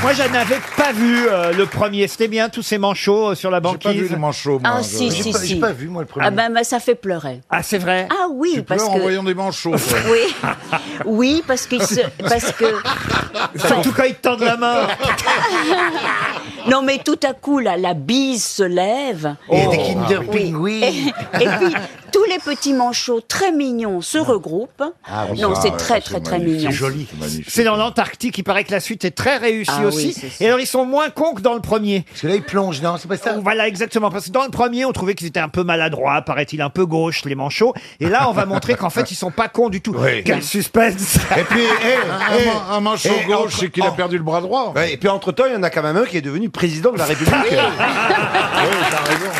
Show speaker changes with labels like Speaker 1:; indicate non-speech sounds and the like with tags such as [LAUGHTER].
Speaker 1: Moi, je n'avais pas vu euh, le premier. C'était bien, tous ces manchots euh, sur la banquise.
Speaker 2: pas vu les manchots, moi.
Speaker 3: Ah, si,
Speaker 2: J'ai
Speaker 3: si,
Speaker 2: pas-
Speaker 3: si.
Speaker 2: J'ai pas vu, moi, le premier.
Speaker 3: Ah ben, ben, ça fait pleurer.
Speaker 1: Ah, c'est vrai
Speaker 3: Ah oui,
Speaker 2: tu
Speaker 3: parce
Speaker 2: pleures en
Speaker 3: que...
Speaker 2: voyant des
Speaker 3: [LAUGHS]
Speaker 2: manchots. toi. [LAUGHS]
Speaker 3: Oui, oui, parce qu'il se, parce que,
Speaker 1: En tout cas, ils te tendent la main.
Speaker 3: non mais tout à coup là, la bise se lève.
Speaker 2: Il y a des Kinder
Speaker 3: Et,
Speaker 2: Pingouins.
Speaker 3: et puis tous les petits manchots très mignons se regroupent.
Speaker 2: Ah
Speaker 3: non, c'est très très très mignon.
Speaker 2: C'est joli.
Speaker 1: C'est dans l'Antarctique. Il paraît que la suite est très réussie
Speaker 3: Ah oui,
Speaker 1: aussi.
Speaker 3: c'est ça.
Speaker 1: Et alors, ils sont moins cons que dans le premier.
Speaker 2: Parce que là, ils plongent, non C'est pas ça
Speaker 1: Oh, Voilà, exactement. Parce que dans le premier, on trouvait qu'ils étaient un peu maladroits, paraît-il, un peu gauche, les manchots. Et là, on va montrer qu'en fait, ils sont pas cons du tout.
Speaker 4: Oui.
Speaker 1: Quel suspense
Speaker 2: Et puis, eh, Ah,
Speaker 4: un man- un manchot gauche, c'est qu'il a
Speaker 2: perdu le bras droit.
Speaker 4: Ouais, et puis entre-temps, il y en a
Speaker 2: [LAUGHS]
Speaker 4: quand même un qui est devenu président de la République.
Speaker 2: t'as raison.